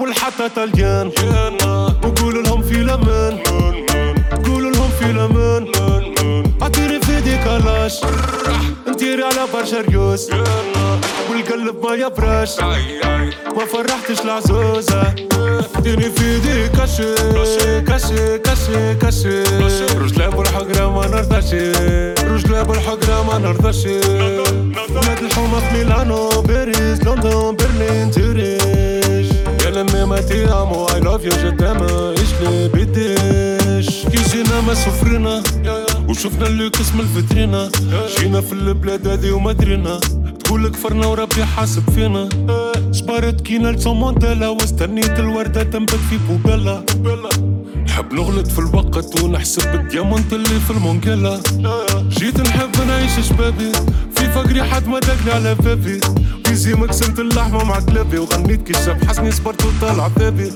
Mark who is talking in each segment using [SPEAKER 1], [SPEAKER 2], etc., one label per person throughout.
[SPEAKER 1] والحتى تلجان وقولوا لهم في لمن قولوا لهم في لمن اعطيني في دي كلاش نطير على برشا ريوس والقلب ما يبرش ما فرحتش العزوزة اديني في ايدي كشي كشي كشي كشي رجلي بالحقرة ما نرضاش رجلي بالحقرة ما نرضاش ولاد الحومة في ميلانو باريس لندن برلين زوريش يا لمي ما تي امو اي لاف يو جو تاما ايش لي بديش كي جينا ما سفرنا وشفنا اللوكس من الفترينا جينا في البلاد هذي وما درينا تقول كفرنا وربي حاسب فينا جبرت كينا لسون مونديلا واستنيت الوردة تنبت في بوبيلا نحب نغلط في الوقت ونحسب الديامونت اللي في المونجيلا جيت نحب نعيش شبابي في فقري حد ما دقلي على بابي ويزيمك سنت اللحمة مع كلابي وغنيت كي الشاب حسني صبرت وطلع بابي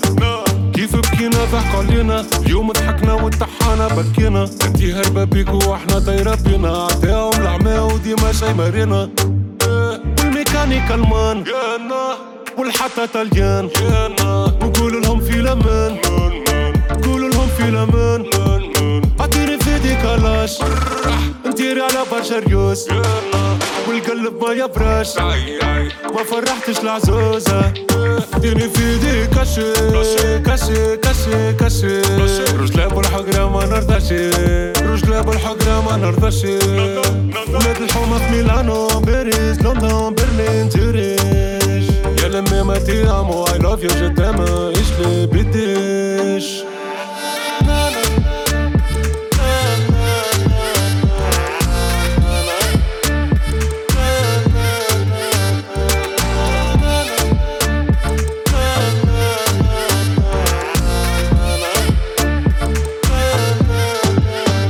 [SPEAKER 1] كيف بكينا ضحك علينا اليوم ضحكنا وتحانا بكينا انتي هربة بيك واحنا طايرة بينا عداهم العمى وديما شي مرينا إيه، والميكانيكا المان والحتى تليان وقولوا لهم في لمن قولوا لهم في لمن اعطيني في دي كلاش ندير على برشا ريوس والقلب ما يبرش ما فرحتش العزوزة ديني في دي كشي كشي كشي كشي رجلي بالحقرة ما نرضاش رجلي بالحقرة ما نرضاش ولاد الحومة في ميلانو باريس لندن برلين زوريش يا لمي ما تي امو اي لاف يو جو تاما ايش لي بديش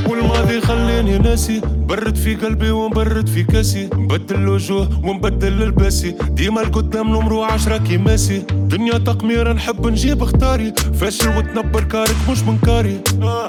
[SPEAKER 1] والماضي خلاني ناسي برد في قلبي ومبرد في كاسي نبدل الوجوه ونبدل لباسي ديما القدام نمرو عشرة كيماسي دنيا تقميرة نحب نجيب اختاري فاشل وتنبر كارك مش منكاري آه.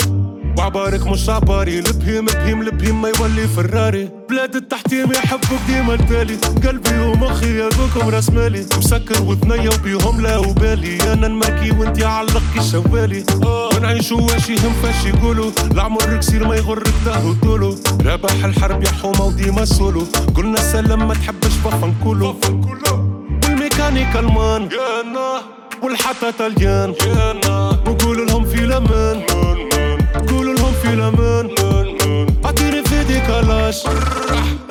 [SPEAKER 1] وعبارك مش عباري البهيم بهيم البهيم ما يولي فراري بلاد التحتيم يحبوك ديما التالي قلبي ومخي يابوكم راس مالي مسكر وثنيا وبيهم لا وبالي انا نماكي وانتي علقي شوالي آه، ونعيشوا واش يهم فاش يقولوا العمر قصير ما يغرك دهر طولو ربح الحرب يا حومه وديما سولو قلنا السلام ما تحبش بفا نقولو والميكانيكا المان والحتى تليان وقولوا لهم في لمن قولوا لهم في لمن اعطيني في دي كلاش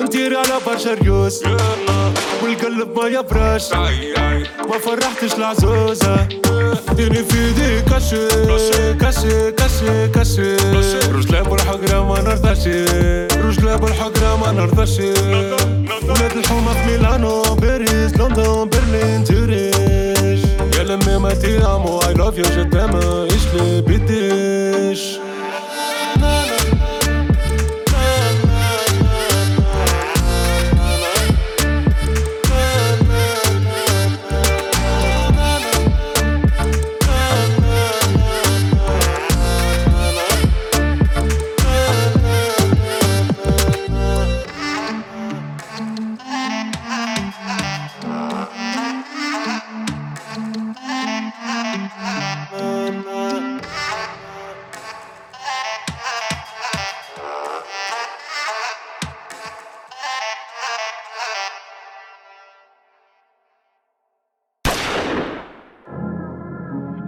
[SPEAKER 1] ندير على برشا ريوس والقلب ما يبرش ما فرحتش العزوزة ديني في دي كشي كشي كشي كشي رجلي بالحقرة ما نرضاش رجلي بالحقرة ما نرضاش ولاد الحومة في ميلانو باريس لندن برلين زوريش يا لمي ما تي امو اي لاف يو جو تاما ايش لي بديش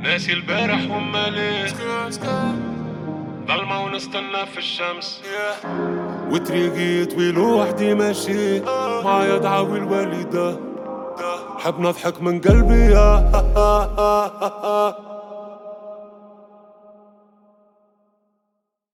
[SPEAKER 1] ناسي البارح ومالي ضلمة ونستنى في الشمس وطريقي طويل وحدي ماشي معايا دعاوي آه. الوالدة حب نضحك من قلبي